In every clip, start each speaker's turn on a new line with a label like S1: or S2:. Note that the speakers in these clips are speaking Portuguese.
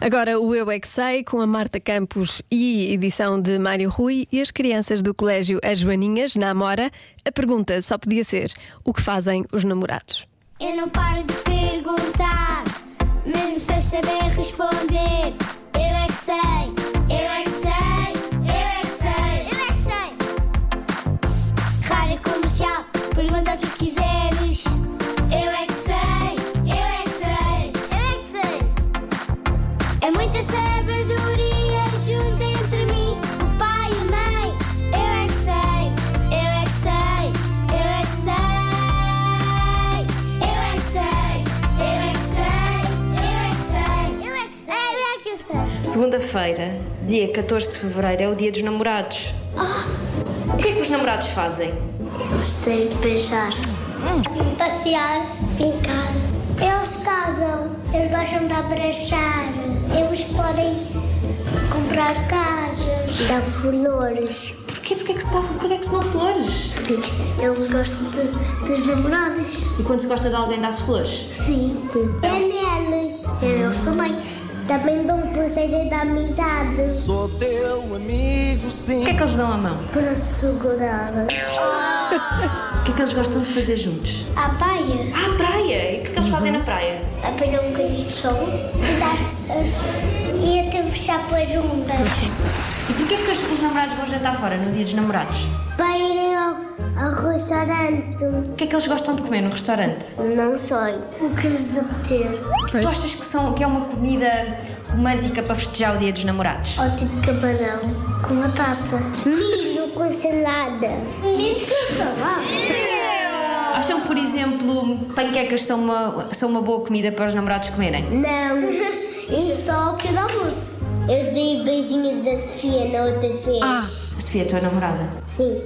S1: Agora o Eu é que Sei, com a Marta Campos e edição de Mário Rui e as crianças do Colégio As Joaninhas, na Amora, a pergunta só podia ser: o que fazem os namorados?
S2: Eu não paro de perguntar, mesmo sem saber responder. Eu é que sei, eu é que sei, eu é que sei, eu é que sei. Rádio comercial, pergunta o que quiseres. Eu é que sei, eu é que sei, eu é que sei. É muita sabedoria junto entre mim, o pai e a mãe. Eu é que sei, eu é que sei, eu é que sei. Eu é que sei, eu é que sei, eu é que sei, eu é que sei, eu é que sei.
S3: Segunda-feira, dia 14 de fevereiro, é o dia dos namorados.
S2: Oh,
S3: O que é que os namorados fazem?
S2: Tem de beijar-se. Passear, brincar. Eles casam, eles gostam de abraçar, eles podem comprar casas, dar flores.
S3: Porquê? Porquê é que se, dá, porquê é que se dão flores?
S2: Eles gostam de, dos namorados.
S3: E quando se gosta de alguém, dá-se flores?
S2: Sim, sim. É neles. É neles também. Também dão pulseira da amizade
S4: Sou teu amigo,
S3: O
S4: sim.
S3: que é que eles dão à mão?
S2: para segurar.
S3: O que é que eles gostam de fazer juntos?
S2: A paia.
S3: Ah, praia! E o que é que eles fazem na praia?
S2: apanhar um bocadinho de sol e dar surf e até puxar pelas ondas.
S3: E porquê é que os, os namorados vão jantar fora no dia dos namorados?
S2: Para irem ao, ao restaurante,
S3: O que é que eles gostam de comer no restaurante?
S2: não sei o que eles obter.
S3: Tu achas que, são, que é uma comida romântica para festejar o dia dos namorados?
S2: Ou tipo camarão com batata. Milho com salada. Milho com salada?
S3: Acham, por exemplo, panquecas são uma, são uma boa comida para os namorados comerem?
S2: Não, e só o que não almoço. Eu dei beijinhos da Sofia na outra vez.
S3: Sofia, tua namorada.
S2: Sim.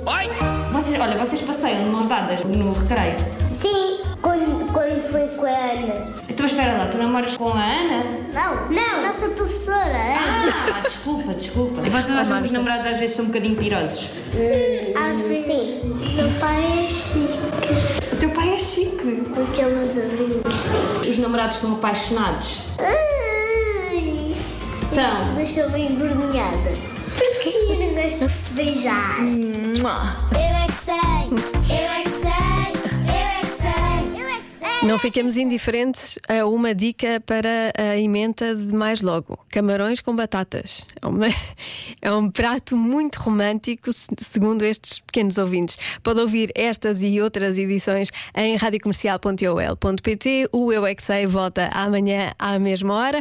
S3: Vocês, olha, vocês passeiam de mãos dadas no recreio.
S2: Sim, quando, quando foi com a Ana.
S3: Então espera lá, tu namoras com a Ana?
S2: Não, não, nossa professora. é?
S3: Ah, desculpa, desculpa. E vocês acham que os namorados às vezes são um bocadinho pirosos?
S2: Às vezes. Ah, Sim. Meu pai é chique.
S3: O teu pai é chique.
S2: Porque ele usa brincos.
S3: Os namorados são apaixonados. São.
S2: Deixou-me envergonhada. Porque eu não gosto de beijar. Eu é que sei. Eu é que sei. Eu é que sei. Eu é que sei.
S1: Não fiquemos indiferentes a uma dica para a emenda de mais logo: camarões com batatas. É, uma- é um prato muito romântico, se- segundo estes pequenos ouvintes. Pode ouvir estas e outras edições em radiocomercial.ol.pt. O Eu é que sei volta amanhã à mesma hora.